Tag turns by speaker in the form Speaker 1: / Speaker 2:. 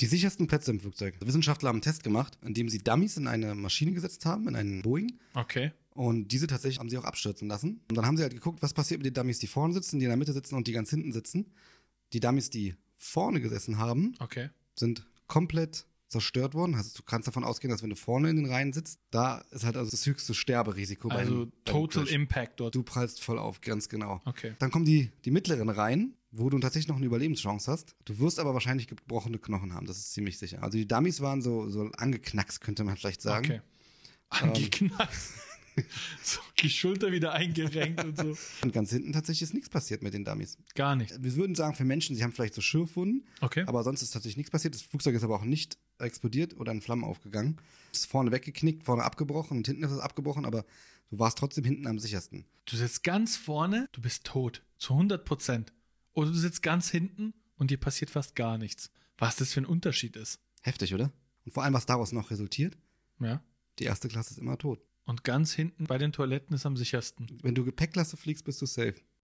Speaker 1: Die sichersten Plätze im Flugzeug. Wissenschaftler haben einen Test gemacht, indem sie Dummies in eine Maschine gesetzt haben, in einen Boeing.
Speaker 2: Okay.
Speaker 1: Und diese tatsächlich haben sie auch abstürzen lassen. Und dann haben sie halt geguckt, was passiert mit den Dummies, die vorne sitzen, die in der Mitte sitzen und die ganz hinten sitzen. Die Dummies, die vorne gesessen haben,
Speaker 2: Okay.
Speaker 1: sind komplett zerstört worden. Also du kannst davon ausgehen, dass wenn du vorne in den Reihen sitzt, da ist halt also das höchste Sterberisiko. bei
Speaker 2: Also
Speaker 1: einem- bei einem
Speaker 2: Total
Speaker 1: Crash.
Speaker 2: Impact dort.
Speaker 1: Du prallst voll auf, ganz genau.
Speaker 2: Okay.
Speaker 1: Dann kommen die, die mittleren Reihen, wo du tatsächlich noch eine Überlebenschance hast. Du wirst aber wahrscheinlich gebrochene Knochen haben, das ist ziemlich sicher. Also die Dummies waren so, so angeknackst, könnte man vielleicht sagen. Ähm.
Speaker 2: Okay. Angeknallt. so die Schulter wieder eingerenkt und so.
Speaker 1: Und ganz hinten tatsächlich ist nichts passiert mit den Dummies.
Speaker 2: Gar nicht.
Speaker 1: Wir würden sagen, für Menschen, sie haben vielleicht so Schürfwunden,
Speaker 2: Okay.
Speaker 1: aber sonst ist tatsächlich nichts passiert. Das Flugzeug ist aber auch nicht explodiert oder in Flammen aufgegangen. Es ist vorne weggeknickt, vorne abgebrochen und hinten ist es abgebrochen, aber du warst trotzdem hinten am sichersten.
Speaker 2: Du sitzt ganz vorne, du bist tot. Zu 100 Prozent. Oder du sitzt ganz hinten und dir passiert fast gar nichts. Was das für ein Unterschied ist.
Speaker 1: Heftig, oder? Und vor allem, was daraus noch resultiert,
Speaker 2: Ja.
Speaker 1: die erste Klasse ist immer tot.
Speaker 2: Und ganz hinten bei den Toiletten ist am sichersten.
Speaker 1: Wenn du Gepäckklasse fliegst, bist du safe.